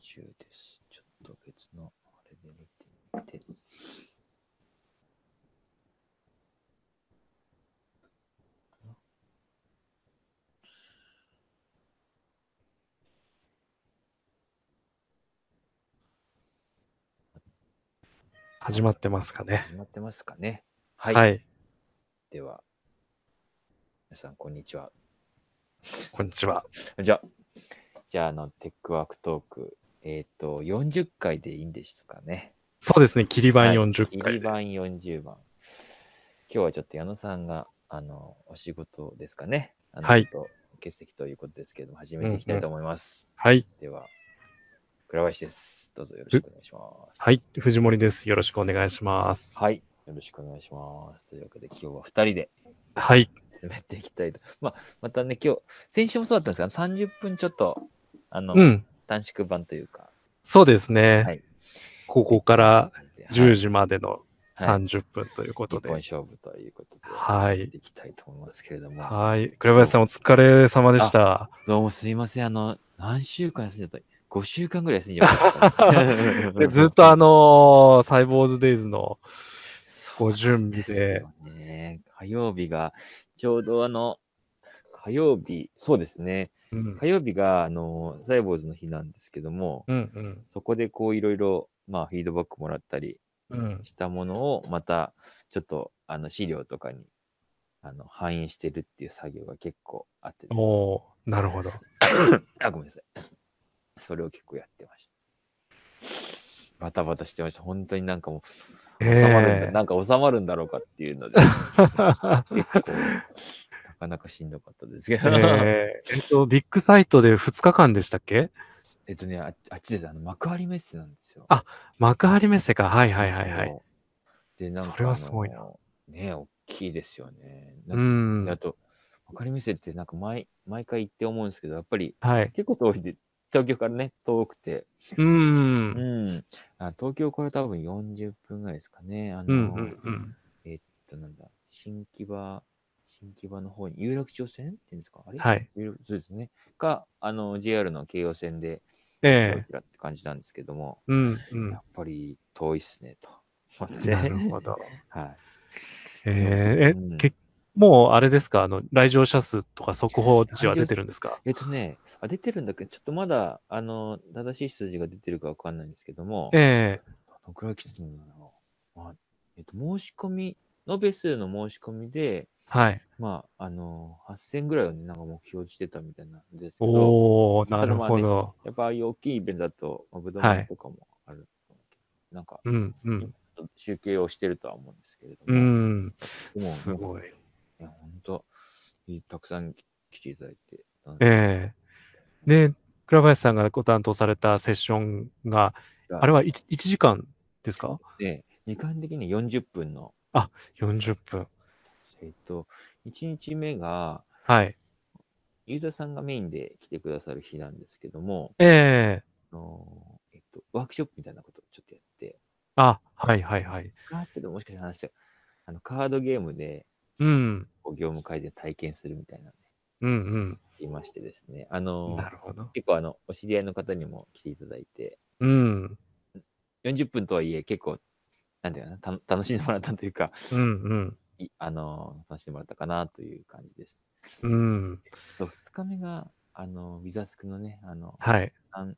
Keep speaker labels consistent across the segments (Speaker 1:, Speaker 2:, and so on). Speaker 1: 中です。ちょっと別のあれで見てみて。
Speaker 2: 始まってますかね。
Speaker 1: 始まってますかね。は。
Speaker 2: はいい。
Speaker 1: では、皆さん、こんにちは。
Speaker 2: こんにちは。
Speaker 1: じゃあ、じゃあ、あの、テックワークトーク、えっ、と、40回でいいんですかね。
Speaker 2: そうですね。切り番
Speaker 1: 切
Speaker 2: 40
Speaker 1: り
Speaker 2: 回で。
Speaker 1: 番40番。今日はちょっと矢野さんが、あの、お仕事ですかね。あの
Speaker 2: はい。
Speaker 1: ちょっと欠席ということですけれども、始めていきたいと思います。
Speaker 2: はい。
Speaker 1: では、倉林です。どうぞよろしくお願いします。
Speaker 2: はい。。藤森です。よろしくお願いします。
Speaker 1: はい。よろしくお願いします。というわけで、今日は2人で
Speaker 2: はい。
Speaker 1: 進めていきたいと。まあ、またね、今日、先週もそうだったんですが、30分ちょっと、あの、
Speaker 2: うん。
Speaker 1: 短縮版というか、
Speaker 2: そうですね。
Speaker 1: はい
Speaker 2: ここから10時までの
Speaker 1: はい
Speaker 2: 30分ということ
Speaker 1: 一
Speaker 2: で。
Speaker 1: 本勝負ということで、
Speaker 2: はい
Speaker 1: やっていきたいと思いますけれども、
Speaker 2: はい。倉林さん、お疲れ様でした。
Speaker 1: どうもすいません、あの、何週間休んじゃった ?5 週間ぐらい休んじゃった
Speaker 2: でず っとあ、のーサイボーズデイズのご準備
Speaker 1: です
Speaker 2: で、
Speaker 1: よね。火曜日が、ちょうどあの、火曜日、そうですね。
Speaker 2: うん
Speaker 1: 火曜日が、あの、サイボーズの日なんですけども、
Speaker 2: うん
Speaker 1: そこでこう、いろいろ、まあ、フィードバックもらったり、
Speaker 2: うんうん
Speaker 1: したものをまたちょっとあの資料とかにあの反映してるっていう作業が結構あってです、ね、
Speaker 2: おーなるほど。
Speaker 1: あごめんなさいそれを結構やってましたバタバタしてました本当になんかもう収まるんだ、
Speaker 2: え
Speaker 1: なんか収まるんだろうかっていうので
Speaker 2: ー
Speaker 1: 結構なかなかしんどかったですけど、
Speaker 2: えーえっと、ビッグサイトで2日間でしたっけ
Speaker 1: えっとねああっちですあの幕張メッセなんですよ
Speaker 2: あ幕張メッセか。はいはいはいはい。
Speaker 1: そうでなんか
Speaker 2: それはすごいな
Speaker 1: あのね大きいですよねな
Speaker 2: う
Speaker 1: か
Speaker 2: んん
Speaker 1: で。あと、わかりみせってなんか毎毎回行って思うんですけど、やっぱり
Speaker 2: はい。
Speaker 1: 結構遠いで、東京からね、遠くて、
Speaker 2: う。
Speaker 1: うんん、あ東京から多分40分ぐらいですかね、あの、
Speaker 2: うんうんうん。
Speaker 1: えっと、なんだ、新木場、新木場の方に、有楽町線っていうんですか、あれ、
Speaker 2: はい。
Speaker 1: 有楽そうですね、が、あの、JR の京葉線で、キラ
Speaker 2: ええ
Speaker 1: キラって感じなんですけども、
Speaker 2: うんうん
Speaker 1: や。っぱり遠いっすね、と思って。
Speaker 2: なるほど。
Speaker 1: はい。
Speaker 2: えー
Speaker 1: うん
Speaker 2: え、けもうあれですかあの、来場者数とか速報値は出てるんですか
Speaker 1: えっとね、あ出てるんだけど、ちょっとまだ、あの、正しい数字が出てるかわかんないんですけども、
Speaker 2: え
Speaker 1: どのくらい来てるんだろう。まあ、えっと、申し込み、延べ数の申し込みで、
Speaker 2: えはい。
Speaker 1: まあ、あの、8000ぐらいをね、なんか目標にしてたみたいなんですけど、
Speaker 2: おー、なるほど。
Speaker 1: やっぱああいう大きいイベントだと、まあ、ぶどう
Speaker 2: はい
Speaker 1: 園とかもある、なんか、
Speaker 2: うんうん。
Speaker 1: 集計をしてるとは思うんですけれど
Speaker 2: う
Speaker 1: も、
Speaker 2: ん。
Speaker 1: でも、
Speaker 2: すごい。
Speaker 1: いや、ほんと、たくさん来ていただいて、なんか
Speaker 2: ええで、倉林さんがご担当されたセッションが、あれは 1, 1時間ですか
Speaker 1: で、時間的に40分の
Speaker 2: ?40 分。
Speaker 1: えっと、1日目が、
Speaker 2: はい。
Speaker 1: ユーザーさんがメインで来てくださる日なんですけども、
Speaker 2: ええ
Speaker 1: あのえっと、ワークショップみたいなことをちょっとやって、
Speaker 2: あ、はいはいはい。
Speaker 1: カーでもしかしたら話したあのカードゲームで
Speaker 2: うん。
Speaker 1: こう業務改善体験するみたいなの
Speaker 2: うん
Speaker 1: いましてですね、あ
Speaker 2: うん。
Speaker 1: の
Speaker 2: なるほど。
Speaker 1: 結構あのお知り合いの方にも来ていただいて、
Speaker 2: うん。
Speaker 1: 40分とはいえ結構、なんていうかな、たの楽しんでもらったというか、
Speaker 2: うん
Speaker 1: いあの楽しんでもらったかなという感じです。
Speaker 2: うん。うん。
Speaker 1: 2日目が、あのビザスクのね、あの
Speaker 2: はい。
Speaker 1: さん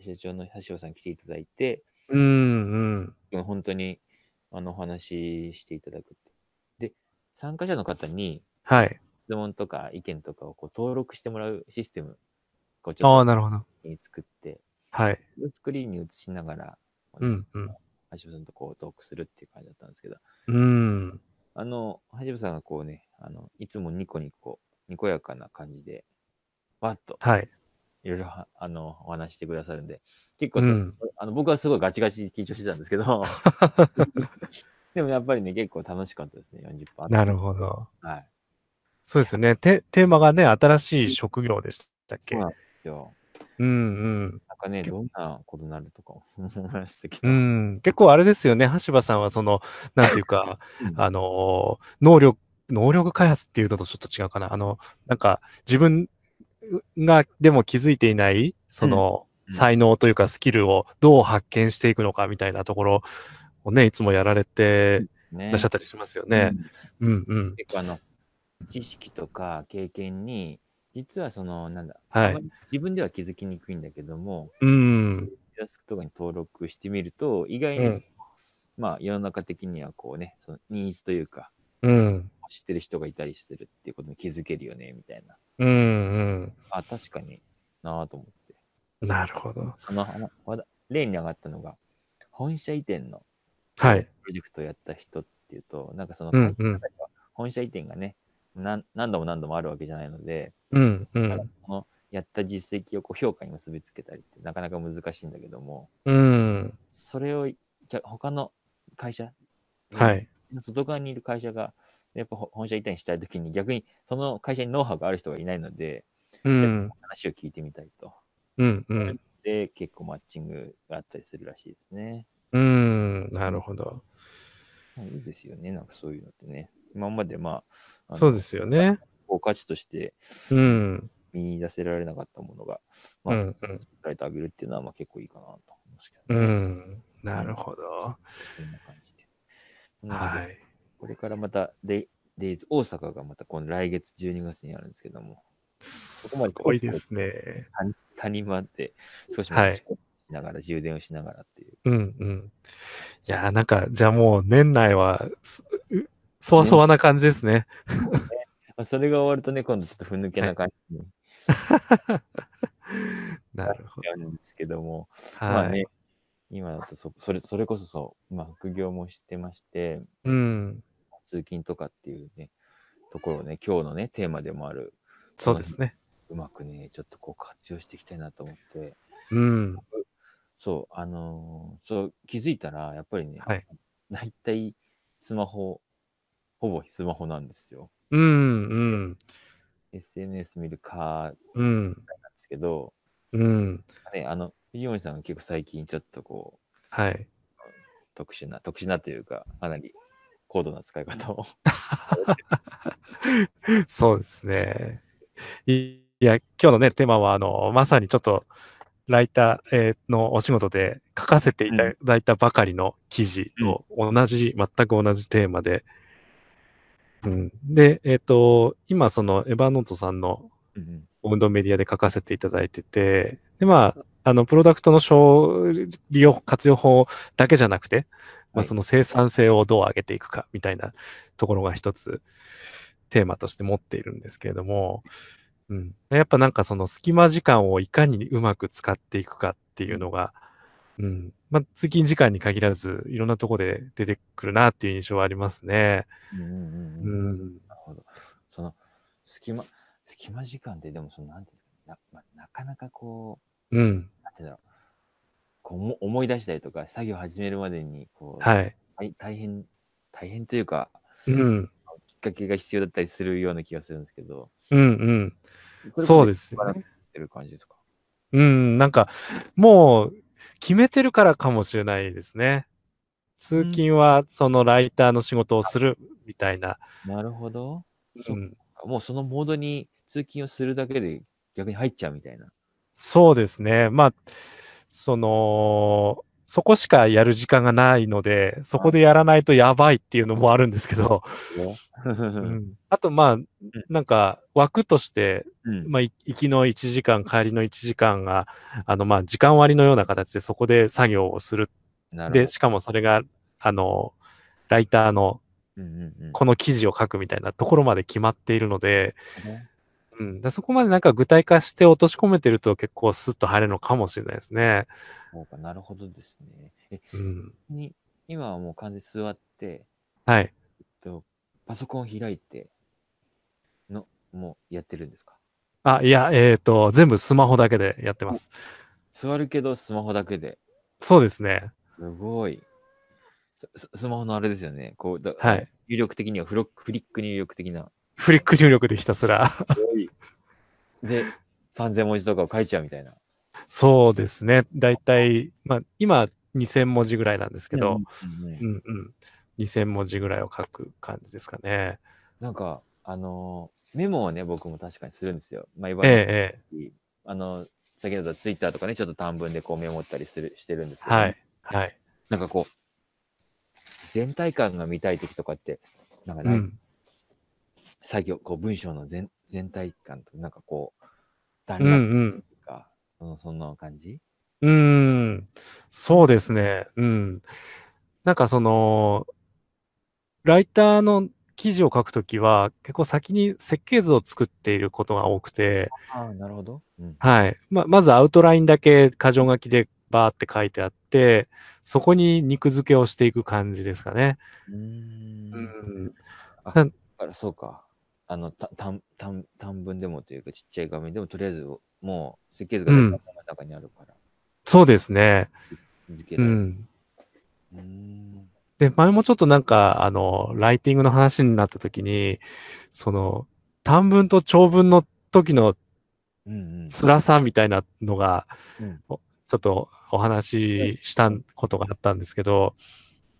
Speaker 1: 社長の橋尾さん来ていただいて、
Speaker 2: うんうん。
Speaker 1: でも本当にあのお話ししていただくって。で、参加者の方に
Speaker 2: はい。
Speaker 1: 質問とか意見とかをこう登録してもらうシステム、こうち
Speaker 2: あ
Speaker 1: ょ
Speaker 2: あ、
Speaker 1: っ
Speaker 2: なるほど。
Speaker 1: とに作って、
Speaker 2: はい。
Speaker 1: スクリーンに映しながら、
Speaker 2: うんうん。
Speaker 1: 橋尾さんとこうトークするっていう感じだったんですけど、
Speaker 2: うん。
Speaker 1: あの、橋尾さんがこうね、あのいつもニコニコ、にこやかな感じで、わっと
Speaker 2: はい。
Speaker 1: いろいろはあのお話ししてくださるんで、結構そ、
Speaker 2: うん
Speaker 1: あの僕はすごいガチガチに緊張してたんですけ ど、でもやっぱりね、結構楽しかったですね、40分。
Speaker 2: なるほど。
Speaker 1: はい。
Speaker 2: そうですよね。テテーマがね、新しい職業でしたっけ
Speaker 1: そうなんですよ。
Speaker 2: うんうん。
Speaker 1: なんかね、どんなことになるとかも思いましたけど。
Speaker 2: うん、結構あれですよね、橋場さんは、その、なんていうか、あのー能力、能力開発っていうのとちょっと違うかな。あの、なんか、自分がでも気づいていない、その、
Speaker 1: うん
Speaker 2: 才能というかスキルをどう発見していくのかみたいなところをね、いつもやられて
Speaker 1: ね
Speaker 2: らっしゃったりしますよね
Speaker 1: う。ん
Speaker 2: うんうん。
Speaker 1: 結構あの知識とか経験に実はそのなんだ、
Speaker 2: は
Speaker 1: あ
Speaker 2: い
Speaker 1: ま。り自分では気づきにくいんだけども
Speaker 2: うん。
Speaker 1: デスクとかに登録してみると意外に、
Speaker 2: うん
Speaker 1: まあ世の中的にはこうねそのニーズというか
Speaker 2: うん。
Speaker 1: 知ってる人がいたりするっていうことに気づけるよねみたいな
Speaker 2: うんうん。
Speaker 1: あ確かになぁと思って
Speaker 2: なるほど。
Speaker 1: そのあの話題例に上がったのが本社移転の
Speaker 2: はい。
Speaker 1: プロジェクトをやった人っていうとなんかその
Speaker 2: うんうん。
Speaker 1: 本社移転がね、なん何度も何度もあるわけじゃないので、
Speaker 2: うんう
Speaker 1: なんか
Speaker 2: ん。
Speaker 1: そのやった実績をこう評価に結びつけたりってなかなか難しいんだけども
Speaker 2: うん。
Speaker 1: それをじゃ他の会社、
Speaker 2: はい。
Speaker 1: 外側にいる会社がやっぱほ本社移転したい時に逆にその会社にノウハウがある人がいないので、
Speaker 2: うん。
Speaker 1: 話を聞いてみたいと
Speaker 2: うんうん。
Speaker 1: で結構マッチングがあったりするらしいですね
Speaker 2: うん。なるほど。
Speaker 1: まあいいですよねなんかそういうのってね今までまあ
Speaker 2: そうですすよね。
Speaker 1: 価値として
Speaker 2: うん。
Speaker 1: 見出せられなかったものが
Speaker 2: う
Speaker 1: まあ
Speaker 2: んうん。
Speaker 1: ライトあげるっていうのはまあ結構いいかなと思いますけ
Speaker 2: う
Speaker 1: どね、
Speaker 2: ん。なるほど。
Speaker 1: そんな感じで。
Speaker 2: は
Speaker 1: はい。
Speaker 2: い。
Speaker 1: これからまたデイ、デイズ、大阪がまた今度来月12月にあるんですけども、
Speaker 2: す
Speaker 1: こまで
Speaker 2: ごいですね。
Speaker 1: 谷間で少し
Speaker 2: はい
Speaker 1: 待ち込みながら、充電をしながらっていう。
Speaker 2: うんうん。いやー、なんか、じゃあもう年内はす、うそわそわな感じですね。
Speaker 1: まあ、それが終わるとね、今度ちょっとふぬけな感じに
Speaker 2: なるほど。
Speaker 1: なるんですけども、まあ
Speaker 2: はい。
Speaker 1: ね、今だとそそれそれこそそう、まあ、副業もしてまして、
Speaker 2: うん。
Speaker 1: 通勤とかっていうね、ところをね、今日のね、テーマでもある、
Speaker 2: そうですね。
Speaker 1: うまくね、ちょっとこう活用していきたいなと思って、
Speaker 2: うん。
Speaker 1: そう、あのーそう気づいたら、やっぱりね、
Speaker 2: はい。
Speaker 1: 大体スマホ、ほぼスマホなんですよ。
Speaker 2: うんうん。
Speaker 1: SNS 見るか
Speaker 2: うん。
Speaker 1: なんですけど、
Speaker 2: うん。
Speaker 1: ね、あの、藤森さんが結構最近ちょっとこう、
Speaker 2: はい。
Speaker 1: 特殊な、特殊なというか、かなり高度な使い方を。
Speaker 2: そうですね。いいや、今日のね、テーマは、あの、まさにちょっと、ライターえーのお仕事で書かせていただいたばかりの記事と同じ、全く同じテーマで。うん、で、えっ、と、今、その、エヴァノートさんの
Speaker 1: うんうん
Speaker 2: オウンドメディアで書かせていただいてて、で、まあ、あの、プロダクトの勝利用、活用法だけじゃなくて、ま
Speaker 1: は
Speaker 2: あ、
Speaker 1: い
Speaker 2: その生産性をどう上げていくかみたいなところが一つテーマとして持っているんですけれども、うん、やっぱなんかその隙間時間をいかにうまく使っていくかっていうのが、うんまあ、通勤時間に限らずいろんなところで出てくるなっていう印象はありますね。
Speaker 1: うんうんうんう
Speaker 2: う
Speaker 1: ん
Speaker 2: ん、
Speaker 1: なるほど。その、隙間、隙間時間ってでも、その、なんていうんですかね、な,、まあ、なかなかこ
Speaker 2: うん、
Speaker 1: う、なんていうんだろう。こう思思い出したりとか、作業始めるまでに、こう、
Speaker 2: はい。
Speaker 1: 大大変、大変というか、
Speaker 2: うん、
Speaker 1: きっかけが必要だったりするような気がするんですけど、
Speaker 2: うん、うん。そうですよ
Speaker 1: ね。
Speaker 2: ね
Speaker 1: ってる感じですか。
Speaker 2: うん、なんか、もう、決めてるからかもしれないですね。通勤は、そのライターの仕事をする、みたいな。
Speaker 1: なるほど。
Speaker 2: う
Speaker 1: そ
Speaker 2: ん、
Speaker 1: もうそのモードに通勤をするだけで逆に入っちゃうみたいな。
Speaker 2: そうですね。まあ、その、そこしかやる時間がないので、そこでやらないとやばいっていうのもあるんですけど、 うんあと、まあ、なんか、枠として、
Speaker 1: うん
Speaker 2: まあ、い行きの1時間、帰りの1時間が、あの、まあ、時間割のような形でそこで作業をする。
Speaker 1: なる
Speaker 2: で、
Speaker 1: ほ
Speaker 2: しかもそれが、あの、ライターの
Speaker 1: ど。うんうんうん
Speaker 2: この記事を書くみたいなところまで決まっているので、うん、だからそこまでなんか具体化して落とし込めてると結構スッと入れるのかもしれないですね。
Speaker 1: そうかなるほどですね。え
Speaker 2: うん、
Speaker 1: に今はもう完全に座って、
Speaker 2: はい。
Speaker 1: えっと、パソコンを開いての、もうやってるんですか
Speaker 2: あ、いや、えっ、と、全部スマホだけでやってます。
Speaker 1: 座るけどスマホだけで。
Speaker 2: そうですね。
Speaker 1: すごい。スススマホのあれですよね。こうだ
Speaker 2: はい。
Speaker 1: 入力的にはフロックフリック入力的な。
Speaker 2: フリック入力でひたすら。
Speaker 1: で、3000文字とかを書いちゃうみたいな。
Speaker 2: そうですね。だいたい、まあ、今、2000文字ぐらいなんですけど、
Speaker 1: うんうんうん
Speaker 2: うんうん。2000文字ぐらいを書く感じですかね。
Speaker 1: なんか、あのーメモをね、僕も確かにするんですよ。まあ、いわ
Speaker 2: ええ
Speaker 1: ゆる、
Speaker 2: ええ
Speaker 1: あの、先ほどツイッターとかね、ちょっと短文でこうメモったりするしてるんですけど、
Speaker 2: はい。はい。
Speaker 1: なんかこう、全体感が見たい時とかって、なんか
Speaker 2: う
Speaker 1: ない、
Speaker 2: ん。
Speaker 1: 作業、こう文章の全全体感となんかこう、段
Speaker 2: うんう
Speaker 1: 落
Speaker 2: ん。
Speaker 1: とか、うんそんな感じ
Speaker 2: うーん、そうですね。うん。なんかその、ライターの記事を書くときは、結構先に設計図を作っていることが多くて、
Speaker 1: ああ、なるほど。うん。
Speaker 2: はい。ま、まずアウトラインだけ箇条書きでバーって書いてあって、そこに肉付けをしていく感じですかね。
Speaker 1: うーん
Speaker 2: うん。
Speaker 1: あ
Speaker 2: な
Speaker 1: だからそうか。あの、た短短短文でもというか、ちっちゃい画面でも、とりあえず、もう設計図が
Speaker 2: うん
Speaker 1: 頭の中にあるから、
Speaker 2: そうですね。
Speaker 1: 続け
Speaker 2: う
Speaker 1: られる。
Speaker 2: ん。
Speaker 1: うーん。
Speaker 2: で、前もちょっとなんか、あの、ライティングの話になったときに、その、短文と長文の時の
Speaker 1: うんうん。
Speaker 2: 辛さみたいなのが、
Speaker 1: うん
Speaker 2: おちょっとお話ししたことがあったんですけど、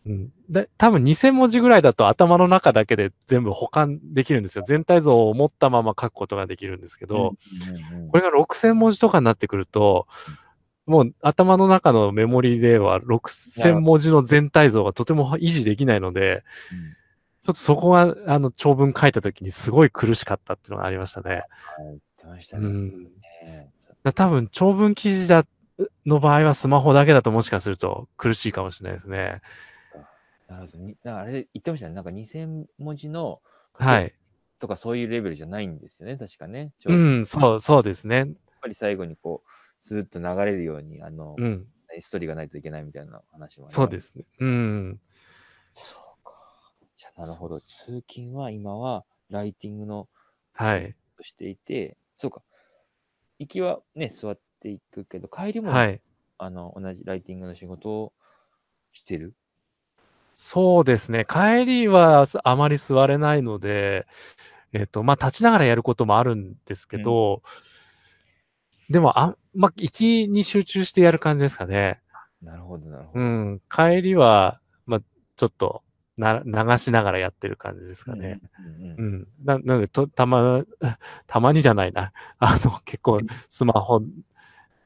Speaker 2: うん、で多分2000文字ぐらいだと頭の中だけで全部保管できるんですよ。全体像を持ったまま書くことができるんですけど、
Speaker 1: うんうんうん
Speaker 2: これが6000文字とかになってくると、もう頭の中のメモリでは6000文字の全体像がとても維持できないので、
Speaker 1: うん
Speaker 2: ちょっとそこはあの長文書いた時にすごい苦しかったっていうのがありましたね。
Speaker 1: はい言ってました
Speaker 2: う
Speaker 1: ね。
Speaker 2: ん
Speaker 1: ねそう
Speaker 2: だ多分長文記事だの場合はスマホだけだともしかすると苦しいかもしれないですね。
Speaker 1: なるほど。にだからあれ言ってましたね。なんか2000文字の
Speaker 2: はい。
Speaker 1: とかそういうレベルじゃないんですよね。確かね。ちょ
Speaker 2: う
Speaker 1: うどやっ
Speaker 2: ん、そう、そうですね。
Speaker 1: ぱり最後にこう、スーッと流れるように、あの、
Speaker 2: うん、
Speaker 1: ストーリーがないといけないみたいな話もありました
Speaker 2: そうですね。うん。
Speaker 1: そうか。じゃあなるほ
Speaker 2: そ
Speaker 1: ど。
Speaker 2: う
Speaker 1: 通勤は今はライティングの
Speaker 2: はい。
Speaker 1: としていて、そうか。行きはね、座っていくけど、帰りも、
Speaker 2: はい。
Speaker 1: あの同じライティングの仕事をしてる。
Speaker 2: そうですね。帰りはすあまり座れないので、えっ、と、まあ、立ちながらやることもあるんですけど、でも、あん、まあ、行きに集中してやる感じですかね。
Speaker 1: なるほど、なるほど。
Speaker 2: うん。帰りは、まあ、ちょっとな、流しながらやってる感じですかね。
Speaker 1: うんうんう
Speaker 2: うんん、ななのでと、たま、 たまにじゃないな。あの、結構スマホ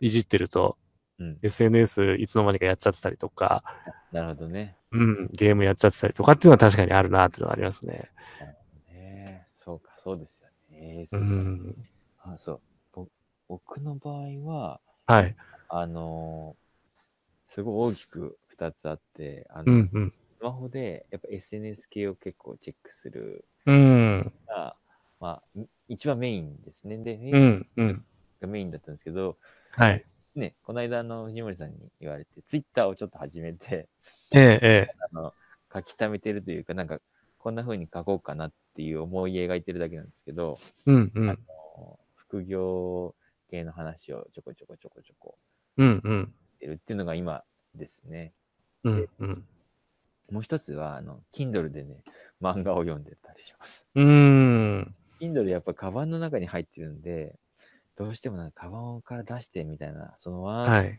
Speaker 2: いじってると、
Speaker 1: うん、
Speaker 2: SNS いつの間にかやっちゃってたりとか、
Speaker 1: なるほどね。
Speaker 2: うん、ゲームやっちゃってたりとかっていうのは確かにあるなっていうのはありますね。
Speaker 1: ねえそうか、そうですよね。
Speaker 2: う
Speaker 1: そうか
Speaker 2: ん。
Speaker 1: あそうぼ僕の場合は、
Speaker 2: はい。
Speaker 1: あのーすごい大きく2つあって、あ
Speaker 2: う
Speaker 1: の
Speaker 2: ん、うん。
Speaker 1: スマホでやっぱ SNS 系を結構チェックする
Speaker 2: うん、
Speaker 1: が、まあ、ん一番メインですね。で、
Speaker 2: うん、うん。
Speaker 1: がメインだったんですけど、
Speaker 2: はい。
Speaker 1: ね、この間あの藤森さんに言われて、ツイッターをちょっと始めて、
Speaker 2: ええ、ええ。
Speaker 1: あの書き溜めてるというか、なんかこんな風に書こうかなっていう思い描いてるだけなんですけど、
Speaker 2: うん、うん。
Speaker 1: あの副業系の話をちょこちょこちょこちょこ
Speaker 2: うん、うん。
Speaker 1: やってるっていうのが今ですね。
Speaker 2: うん、うん。
Speaker 1: もう一つは、あの、Kindle でね、漫画を読んでたりします。
Speaker 2: うん。
Speaker 1: Kindle やっぱカバンの中に入ってるんで、どうしてもなんかカバンから出してみたいな、そのワン、
Speaker 2: はい。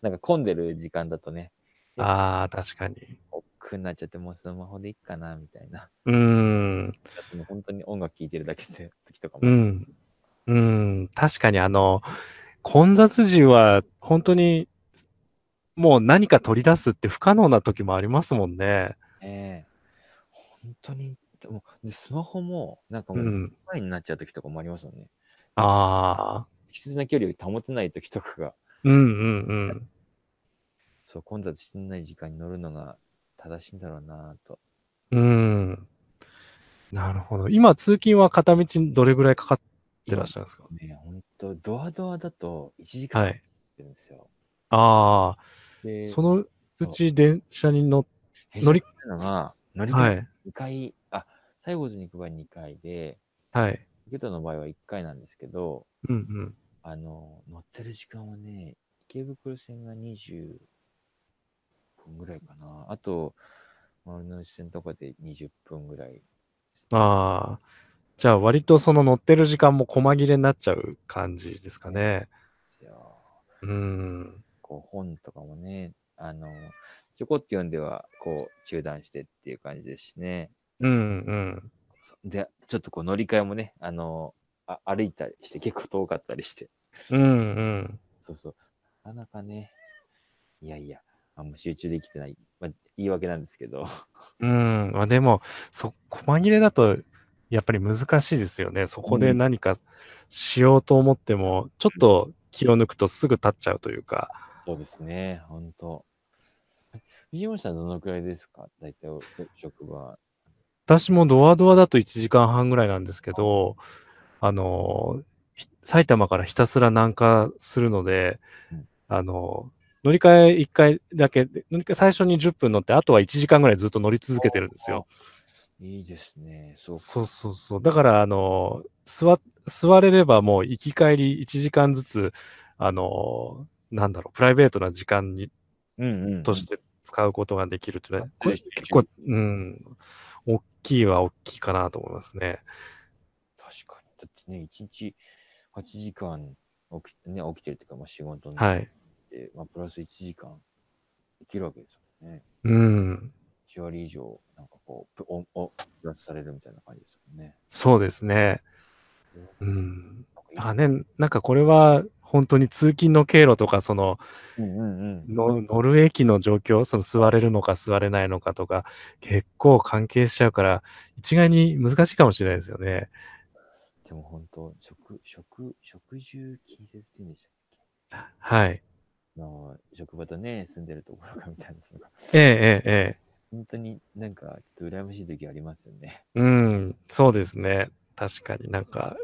Speaker 1: なんか混んでる時間だとね、
Speaker 2: ああ、確かに。
Speaker 1: 億劫になっちゃって、もうスマホでいいかな、みたいな。
Speaker 2: うん。
Speaker 1: だってもう本当に音楽聴いてるだけで、時とかも。
Speaker 2: うん。うん。確かにあの、混雑時は本当にもう何か取り出すって不可能な時もありますもんね。
Speaker 1: ねえ本当に、でもでスマホも、なんか
Speaker 2: う
Speaker 1: もう、
Speaker 2: ん。
Speaker 1: 前になっちゃう時とかもありますよね。
Speaker 2: ああ。
Speaker 1: 適切な距離を保てない時とかが、
Speaker 2: うんうんうん。
Speaker 1: そう、混雑してない時間に乗るのが正しいんだろうなぁと。
Speaker 2: うん。なるほど。今、通勤は片道どれぐらいかかってらっしゃるんですか
Speaker 1: ね、本当ドアドアだと1時間
Speaker 2: は
Speaker 1: かか
Speaker 2: い。
Speaker 1: ってるんですよ。
Speaker 2: ああ。
Speaker 1: で、
Speaker 2: そのうち電車に乗っ乗
Speaker 1: 乗
Speaker 2: り
Speaker 1: り換えのが、乗り
Speaker 2: て、
Speaker 1: 換
Speaker 2: は
Speaker 1: え
Speaker 2: い。
Speaker 1: 2回、あ、西郷寺に行く場合2回で、
Speaker 2: はい。
Speaker 1: 池田の場合は1回なんですけど、
Speaker 2: うんうん。
Speaker 1: あの、乗ってる時間はね、池袋線が20分ぐらいかな。あと、丸の内線とかで20分ぐらい。
Speaker 2: ああ。じゃあ、割とその乗ってる時間も細切れになっちゃう感じですかね。
Speaker 1: ですよ。
Speaker 2: うん。
Speaker 1: こう本とかもね、あの、ちょこっと読んでは、こう中断してっていう感じですしね。
Speaker 2: うんうん。
Speaker 1: そで、ちょっとこう乗り換えもね、あの、あ歩いたりして、結構遠かったりして。
Speaker 2: うんうん。
Speaker 1: そうそう。なかなかね、いやいや、あんま集中できてない。まあ、言い訳なんですけど。
Speaker 2: うん。まあでも、そ、細切れだと、やっぱり難しいですよね。そこで
Speaker 1: うん
Speaker 2: 何かしようと思っても、ちょっと気を抜くとすぐ立っちゃうというか。
Speaker 1: そうですね、本当。藤本さんどのくらいですか大体お職場。
Speaker 2: 私もドアドアだと1時間半ぐらいなんですけど、あの、ひ埼玉からひたすら南下するので
Speaker 1: うん、
Speaker 2: あの、乗り換え1回だけ、乗り換え最初に10分乗って、あとは1時間ぐらいずっと乗り続けてるんですよ。
Speaker 1: いいですね、そうか。
Speaker 2: そうそうそう。だから、あの、座、座れればもう行き帰り1時間ずつ、あの、なんだろう、プライベートな時間に
Speaker 1: うんうん、うん。
Speaker 2: として使うことができるってね、
Speaker 1: うん
Speaker 2: これ結構、うん、大きいは大きいかなと思いますね。
Speaker 1: 確かに。だってね、1日8時間起き,、ね、起きてるっていうか、まあ、仕事になっ
Speaker 2: はい。
Speaker 1: て、まあ、プラス1時間できるわけですよね。
Speaker 2: うん、
Speaker 1: 1割以上、なんかこう、プおおプラスされるみたいな感じですよね。
Speaker 2: そうですね。うん。
Speaker 1: なんか
Speaker 2: あね、なんかこれは本当に通勤の経路とか、その
Speaker 1: いいうんうんうん。
Speaker 2: の乗る駅の状況、その座れるのか座れないのかとか、結構関係しちゃうから、一概に難しいかもしれないですよね。
Speaker 1: でも本当、食、食、食住近接っていうんでしたっけ
Speaker 2: はい。
Speaker 1: あの職場とね、住んでるところがみたいなのが、
Speaker 2: えええええ
Speaker 1: 本当になんかちょっと羨ましい時ありますよね。
Speaker 2: え。うん、そうですね。確かになんか、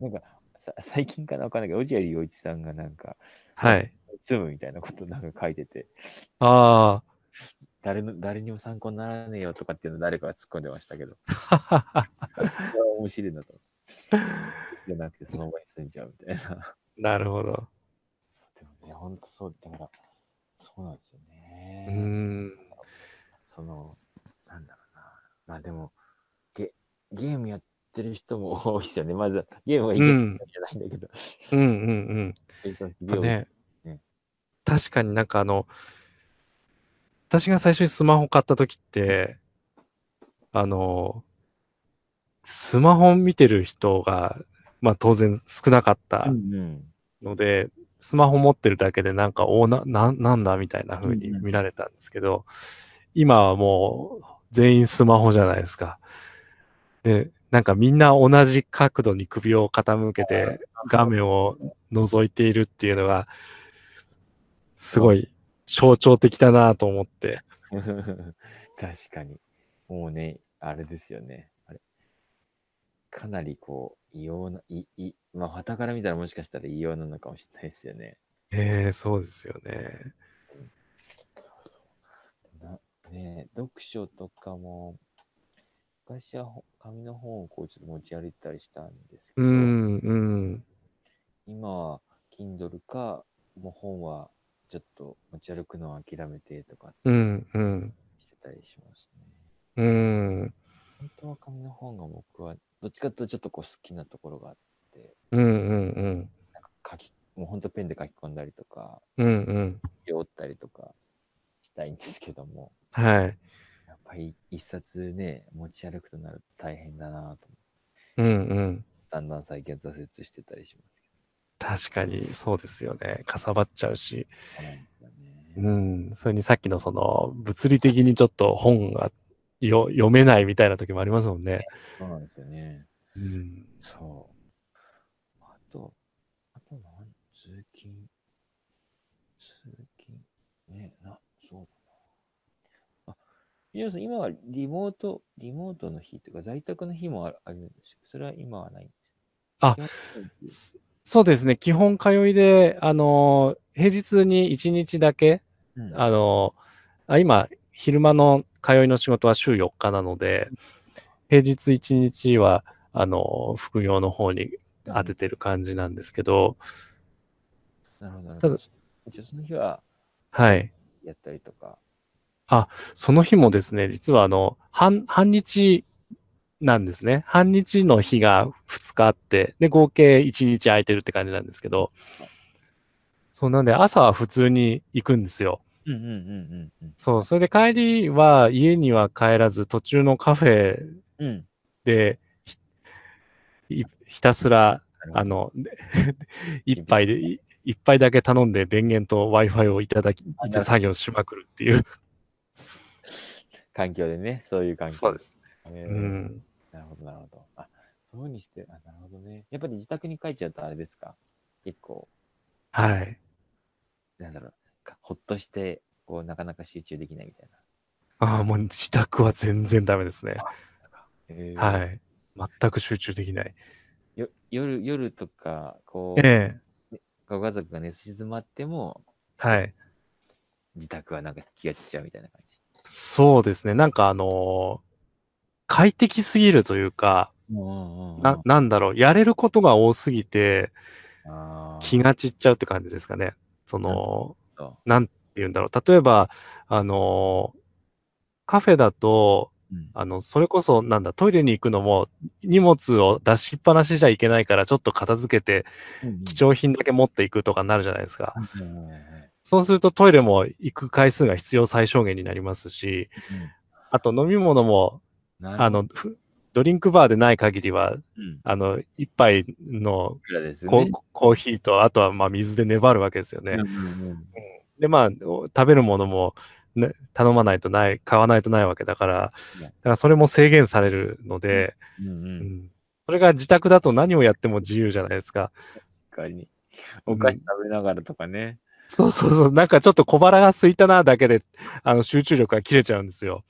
Speaker 1: なんかさ最近からわかんないけど、落合陽一さんがなんか、
Speaker 2: はい。
Speaker 1: 住むみたいなことなんか書いてて、
Speaker 2: あ
Speaker 1: 誰の誰にも参考にならねえよとかっていうの誰かが突っ込んでましたけ ど、
Speaker 2: あ。
Speaker 1: それは面白いな と。じゃなくて、その場に住んじゃうみたいな。
Speaker 2: なるほど。
Speaker 1: でもね、本当そう、だから、そうなんですよね。
Speaker 2: うん。
Speaker 1: その、なんだろうな。まあでも、ゲゲームやってる人も多いですよね。まず、ゲームはいけ
Speaker 2: う
Speaker 1: ない
Speaker 2: ん
Speaker 1: じゃないんだけど。
Speaker 2: うんうんうん。
Speaker 1: 勉強
Speaker 2: やっぱね
Speaker 1: ね、
Speaker 2: 確かになんかあの、私が最初にスマホ買った時って、あの、スマホ見てる人が、まあ当然少なかった
Speaker 1: うんうん。
Speaker 2: ので、スマホ持ってるだけでなんか、おーな、な、なんだみたいな風に
Speaker 1: うんうん
Speaker 2: 見られたんですけど、今はもう全員スマホじゃないですか。で、なんかみんな同じ角度に首を傾けて、画面を覗いているっていうのが、すごい象徴的だなと思って。
Speaker 1: 確かに。もうね、あれですよね。あれかなりこう、異様な、い、い、まあ、傍から見たらもしかしたら異様なのかもしれないですよね。
Speaker 2: ええそうですよね。
Speaker 1: そうそう。なねえ読書とかも、昔はほ紙の本をこうちょっと持ち歩いたりしたんですけ
Speaker 2: う
Speaker 1: ど、
Speaker 2: ん、うん。
Speaker 1: 今は Kindle か、もう本はちょっと持ち歩くのは諦めてとか
Speaker 2: うん、うん。
Speaker 1: してたりしますね。
Speaker 2: うん、
Speaker 1: 本当は紙の本が僕はどっちかというとちょっとこう好きなところがあって、
Speaker 2: うん、うん、うん。
Speaker 1: なんか書き、もう本当ペンで書き込んだりとか、
Speaker 2: うん、うん。
Speaker 1: 絵を折ったりとかしたいんですけども、
Speaker 2: はい。
Speaker 1: やっぱり一冊ね、持ち歩くとなると大変だなと思って
Speaker 2: うん、うん。
Speaker 1: だんだん最近は挫折してたりします
Speaker 2: 確かにそうですよね。かさばっちゃうし。
Speaker 1: けど。そうなんですよね
Speaker 2: うん。それにさっきのその物理的にちょっと本がよ読めないみたいな時もありますもんね。
Speaker 1: そうなんですよね。
Speaker 2: うん。
Speaker 1: そう。あと、あと何通勤。通勤。ね、な、そうだな。あ、皆さん、今はリモート、リモートの日というか、在宅の日もああるんですけど、それは今はないんです。
Speaker 2: あ
Speaker 1: 基本的に、
Speaker 2: そそうですね。基本通いで、あの、平日に1日だけ、
Speaker 1: うん
Speaker 2: あの、あ今、昼間の通いの仕事は週4日なので、平日1日は、あの、副業の方に当ててる感じなんですけど、
Speaker 1: なるほど、なる
Speaker 2: た
Speaker 1: ほ
Speaker 2: だ
Speaker 1: ど。一応その日は
Speaker 2: はい。
Speaker 1: やったりとか。
Speaker 2: その日もですね、実はあの、半、半日なんですね。半日の日が2日あって、で、合計1日空いてるって感じなんですけど、そうなんで朝は普通に行くんですよ。
Speaker 1: うんうんうんうん
Speaker 2: そう、それで帰りは家には帰らず、途中のカフェ
Speaker 1: うん。うん。
Speaker 2: で、ひいひたすら、あ
Speaker 1: の、
Speaker 2: の、 一杯で、い一杯だけ頼んで電源と Wi-Fi をいただき
Speaker 1: あなるほ、ど
Speaker 2: 作業しまくるっていう。
Speaker 1: 環境でね、そういう環境。
Speaker 2: す。
Speaker 1: ね
Speaker 2: うん。
Speaker 1: なるほど、なるほど。あ、そういうふうにして、あ、なるほどね。やっぱり自宅に帰っちゃうとあれですか結構、
Speaker 2: はい。
Speaker 1: なんだろう、かほっとして、こう、なかなか集中できないみたいな。
Speaker 2: ああ、もう自宅は全然ダメですね。
Speaker 1: えー
Speaker 2: はい。全く集中できない。
Speaker 1: よ夜、夜とか、こう、
Speaker 2: ええ
Speaker 1: ご家族が寝静まっても、
Speaker 2: はい。
Speaker 1: 自宅はなんか気が散っちゃうみたいな感じ。
Speaker 2: そうですね。なんかあのー快適すぎるというか、
Speaker 1: うんうん
Speaker 2: な、なんだろう、やれることが多すぎて、
Speaker 1: あー
Speaker 2: 気が散っちゃうって感じですかね。その、
Speaker 1: そう
Speaker 2: なんて言うんだろう。例えば、あのーカフェだと、
Speaker 1: うん
Speaker 2: あの、それこそ、なんだ、トイレに行くのも、荷物を出しっぱなしじゃいけないから、ちょっと片付けて、貴重品だけ持っていくとかになるじゃないですか。
Speaker 1: うんうんうんうん
Speaker 2: そうするとトイレも行く回数が必要最小限になりますし、あと飲み物も、
Speaker 1: なるほど
Speaker 2: あの、ふドリンクバーでない限りは、
Speaker 1: うん、い
Speaker 2: あの、一杯の
Speaker 1: くらです
Speaker 2: コ,、
Speaker 1: ね。
Speaker 2: コーヒーと、あとはまあ水で粘るわけですよね。
Speaker 1: うんうんうん
Speaker 2: で、まあ、お食べるものも、ね、頼まないとない、買わないとないわけだから、
Speaker 1: いや
Speaker 2: だからそれも制限されるので、
Speaker 1: うんう
Speaker 2: うんんそれが自宅だと何をやっても自由じゃないですか。
Speaker 1: 確かに。お菓子食べながらとかね。
Speaker 2: そうそうそう、なんかちょっと小腹が空いたなだけで、あの集中力が切れちゃうんですよ。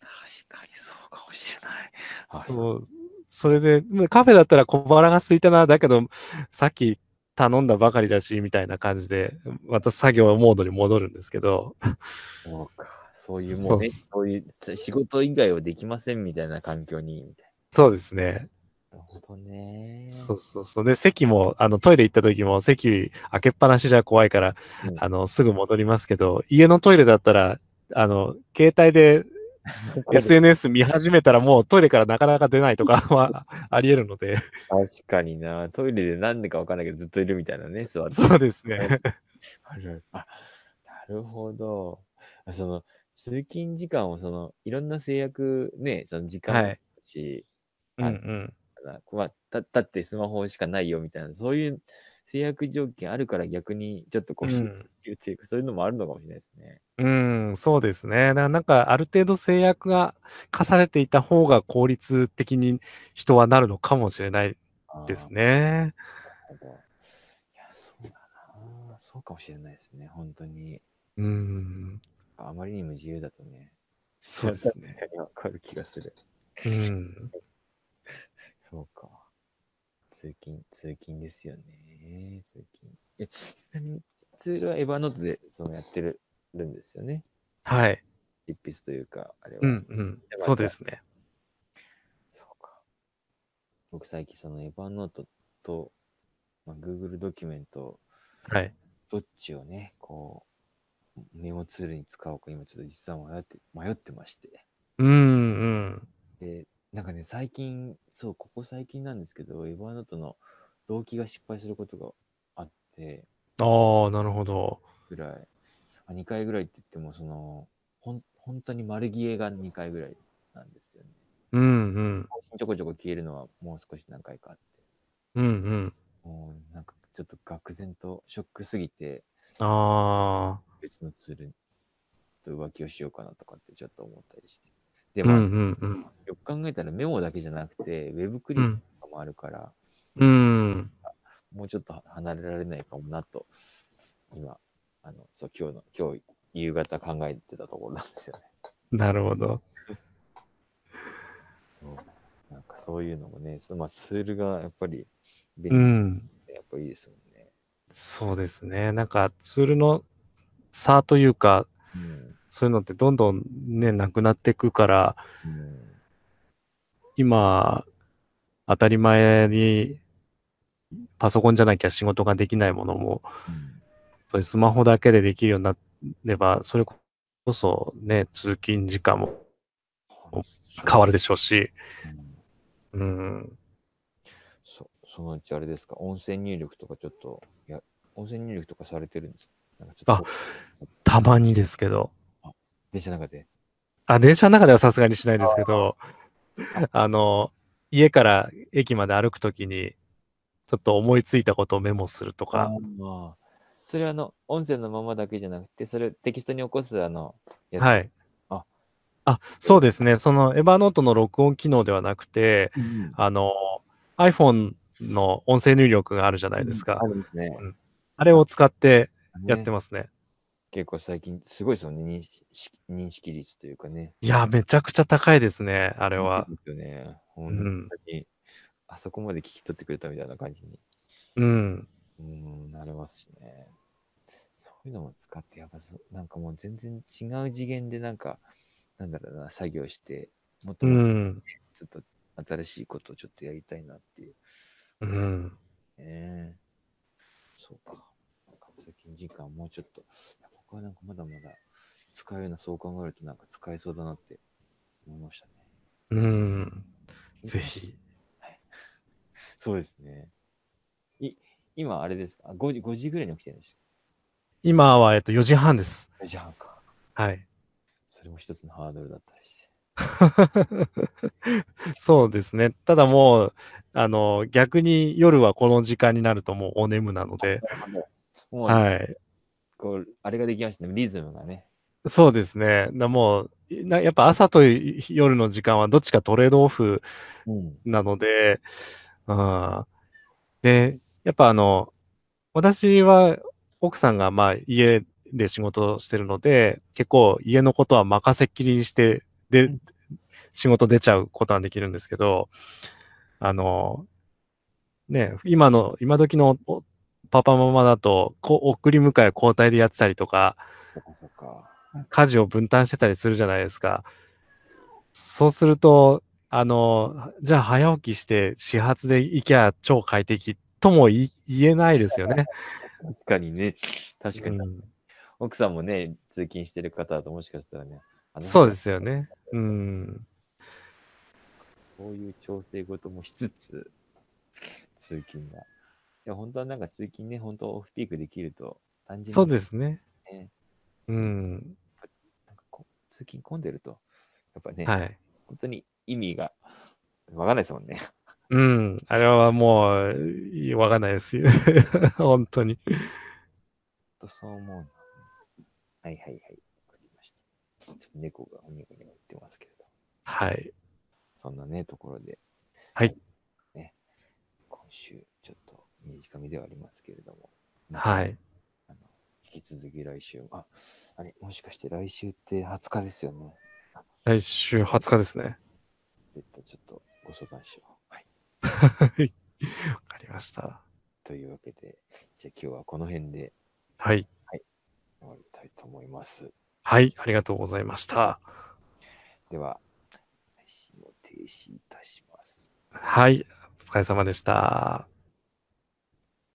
Speaker 1: 確かにそうかもしれない。う。
Speaker 2: そうそれで、まあカフェだったら小腹が空いたな、だけど、さっき頼んだばかりだし、みたいな感じで、また作業モードに戻るんですけど、
Speaker 1: そうか。そういうも
Speaker 2: そ
Speaker 1: う
Speaker 2: うっ
Speaker 1: ね、
Speaker 2: す
Speaker 1: そういう仕事以外はできませんみたいな環境に、みたい
Speaker 2: そうですね。
Speaker 1: な。なるほどね。
Speaker 2: そうそうそう。で、席も、あの、トイレ行った時も、席開けっぱなしじゃ怖いから、
Speaker 1: うん
Speaker 2: あの、すぐ戻りますけど、家のトイレだったら、あの、携帯で SNS 見始めたらもうトイレからなかなか出ないとかはあり得るので、
Speaker 1: 確かにな。トイレで何でかわかんないけどずっといるみたいなね、座って。
Speaker 2: そうですね。
Speaker 1: あるあるあなるほど。あその通勤時間をそのいろんな制約ね、その時間もあるし、
Speaker 2: うんうん。
Speaker 1: なまあ、た立ってスマホしかないよみたいな、そういう制約条件あるから逆にちょっとこう、
Speaker 2: う
Speaker 1: 集
Speaker 2: ん
Speaker 1: 中っていうか、そういうのもあるのかもしれないですね。
Speaker 2: うん、そうですね。だからなんか、ある程度制約が課されていた方が効率的に人はなるのかもしれないです
Speaker 1: ね。
Speaker 2: ね。
Speaker 1: なるほどいや、そうだな。そうかもしれないですね、本当に。
Speaker 2: うん、
Speaker 1: あまりにも自由だとね。
Speaker 2: そうですね。
Speaker 1: 確かにわかる気がする。
Speaker 2: うん、
Speaker 1: そうか。通勤、通勤ですよね。通勤。え、ちなみに、ツールはエヴァノートでそのやってるるんですよね。
Speaker 2: はい。
Speaker 1: 執筆というか、あれは。
Speaker 2: うん、うん、そうですね。
Speaker 1: そうか。僕最近そのエヴァノートと、まあ、Google ドキュメント、
Speaker 2: はい。
Speaker 1: どっちをね、こう、メモツールに使おうか今ちょっと実は迷って、迷ってまして。
Speaker 2: うん、うん。
Speaker 1: で、なんかね、最近、そう、ここ最近なんですけど、エヴァノートの同期が失敗することがあって、
Speaker 2: ああ、なるほど。
Speaker 1: ぐらい、あ2回ぐらいって言っても、その、ほん、本当に丸消えが2回ぐらいなんですよね。
Speaker 2: うん、うん、
Speaker 1: ちょこちょこ消えるのはもう少し何回かあって、
Speaker 2: うん、うん。
Speaker 1: もうなんかちょっと愕然とショックすぎて、
Speaker 2: あ
Speaker 1: 別のツールと浮気をしようかなとかってちょっと思ったりして。で
Speaker 2: あ、うん、う
Speaker 1: も、
Speaker 2: ん、うん。
Speaker 1: よく考えたらメモだけじゃなくて、ウェブクリ
Speaker 2: う
Speaker 1: ップ
Speaker 2: ん、
Speaker 1: とかもあるから、
Speaker 2: うん。
Speaker 1: もうちょっと離れられないかもなと、今、あの、そう、今日の、今日、夕方考えてたところなんですよね。
Speaker 2: なるほど。
Speaker 1: そうなんかそういうのもね、そまあ、ツールがやっぱり
Speaker 2: う
Speaker 1: 便利
Speaker 2: ん。
Speaker 1: で、やっぱいいですもんね。
Speaker 2: そうですね。なんか、ツールの差というか、
Speaker 1: うん。
Speaker 2: そういうのってどんどんね、なくなっていくから、
Speaker 1: うん
Speaker 2: 今、当たり前にパソコンじゃなきゃ仕事ができないものも、そういうスマホだけでできるようになれば、それこそね、通勤時間も変わるでしょうし、
Speaker 1: うん
Speaker 2: うん、
Speaker 1: そそのうちあれですか、音声入力とかちょっと、いや、音声入力とかされてるんですかなんかちょっと、
Speaker 2: たまにですけど、
Speaker 1: 電車の中で。
Speaker 2: あ、電車の中ではさすがにしないですけど、あの、家から駅まで歩くときに、ちょっと思いついたことをメモするとか、
Speaker 1: ああそれはあの、音声のままだけじゃなくて、それをテキストに起こす、あの、やつ
Speaker 2: はい。
Speaker 1: あ
Speaker 2: あ、そうですね。そのエバーノートの録音機能ではなくて、あの、iPhone の音声入力があるじゃないですか。
Speaker 1: あるんですね。
Speaker 2: あれを使ってやって
Speaker 1: ね
Speaker 2: ますね。
Speaker 1: 結構最近、すごいですよね、認識認識率というかね。
Speaker 2: いや、めちゃくちゃ高いですね、あれは。
Speaker 1: ですよね。
Speaker 2: ん
Speaker 1: 本当に、あそこまで聞き取ってくれたみたいな感じに、
Speaker 2: うん。
Speaker 1: うん、なれますしね。そういうのも使って、やっぱそう、なんかもう全然違う次元で、なんか、なんだろうな、作業して、もっと
Speaker 2: う
Speaker 1: もっと
Speaker 2: ん。
Speaker 1: ちょっと新しいことをちょっとやりたいなっていう。
Speaker 2: うん。
Speaker 1: ねえそうか。なんか通勤時間もうちょっと、いや僕はなんかまだまだ使えるな、そう考えるとなんか使えそうだなって思いましたね。
Speaker 2: うん。ぜひ。
Speaker 1: そうですね。い、今あれですか ?5 時、5時ぐらいに起きてるんでし
Speaker 2: 今は、えっと、4時半です。
Speaker 1: ょじゃあか。
Speaker 2: はい。
Speaker 1: それも一つのハードルだったり して。
Speaker 2: そうですね。ただもう、あの、逆に夜はこの時間になるともうお眠なので、
Speaker 1: もう、
Speaker 2: はい。
Speaker 1: こう、あれができましたね。リズムがね。
Speaker 2: そうですね。なもう、なやっぱ朝と夜の時間はどっちかトレードオフ
Speaker 1: うん。
Speaker 2: なので、うん、で、やっぱあの、私は奥さんがまあ家で仕事をしてるので、結構家のことは任せっきりにして、で、
Speaker 1: うん
Speaker 2: 仕事出ちゃうことはできるんですけど、あの、ね、今の、今時のおパパママだと、こ送り迎え交代でやってたりとか、
Speaker 1: そっかそっか。
Speaker 2: 家事を分担してたりするじゃないですか。そうすると、あの、じゃあ早起きして始発で行きゃ超快適とも言い言えないですよね。
Speaker 1: 確かにね。確かに。
Speaker 2: うん
Speaker 1: 奥さんもね、通勤してる方だともしかしたらね。あの
Speaker 2: そうですよね。うん。
Speaker 1: そういう調整事もしつつ、 通勤が。いや、本当はなんか通勤ね、本当オフピークできると、単純に、
Speaker 2: そうですね
Speaker 1: ね。
Speaker 2: うん。
Speaker 1: なんかこう通勤混んでると、やっぱね、
Speaker 2: はい。
Speaker 1: 本当に意味がわかんないですもんね。
Speaker 2: うん。あれはもう、わかんないです。 本当に。
Speaker 1: 本当そう思うな。はいはいはい。わかりました。ちょっと猫がおにごにご言ってますけれど、
Speaker 2: はい。
Speaker 1: そんなね、ところで、
Speaker 2: はい。
Speaker 1: ね、今週、ちょっと短めではありますけれども、
Speaker 2: はい。
Speaker 1: あの引き続き来週は、ああれ、もしかして来週って20日ですよね。
Speaker 2: 来週20日ですね。
Speaker 1: 絶対ちょっとご相談しよう。はい。
Speaker 2: はい。わかりました。
Speaker 1: というわけで、じゃあ今日はこの辺で
Speaker 2: はい。
Speaker 1: 終わりたいと思います。
Speaker 2: はい。ありがとうございました。
Speaker 1: では、配信を停止いたします。
Speaker 2: はい。お疲れ様でした。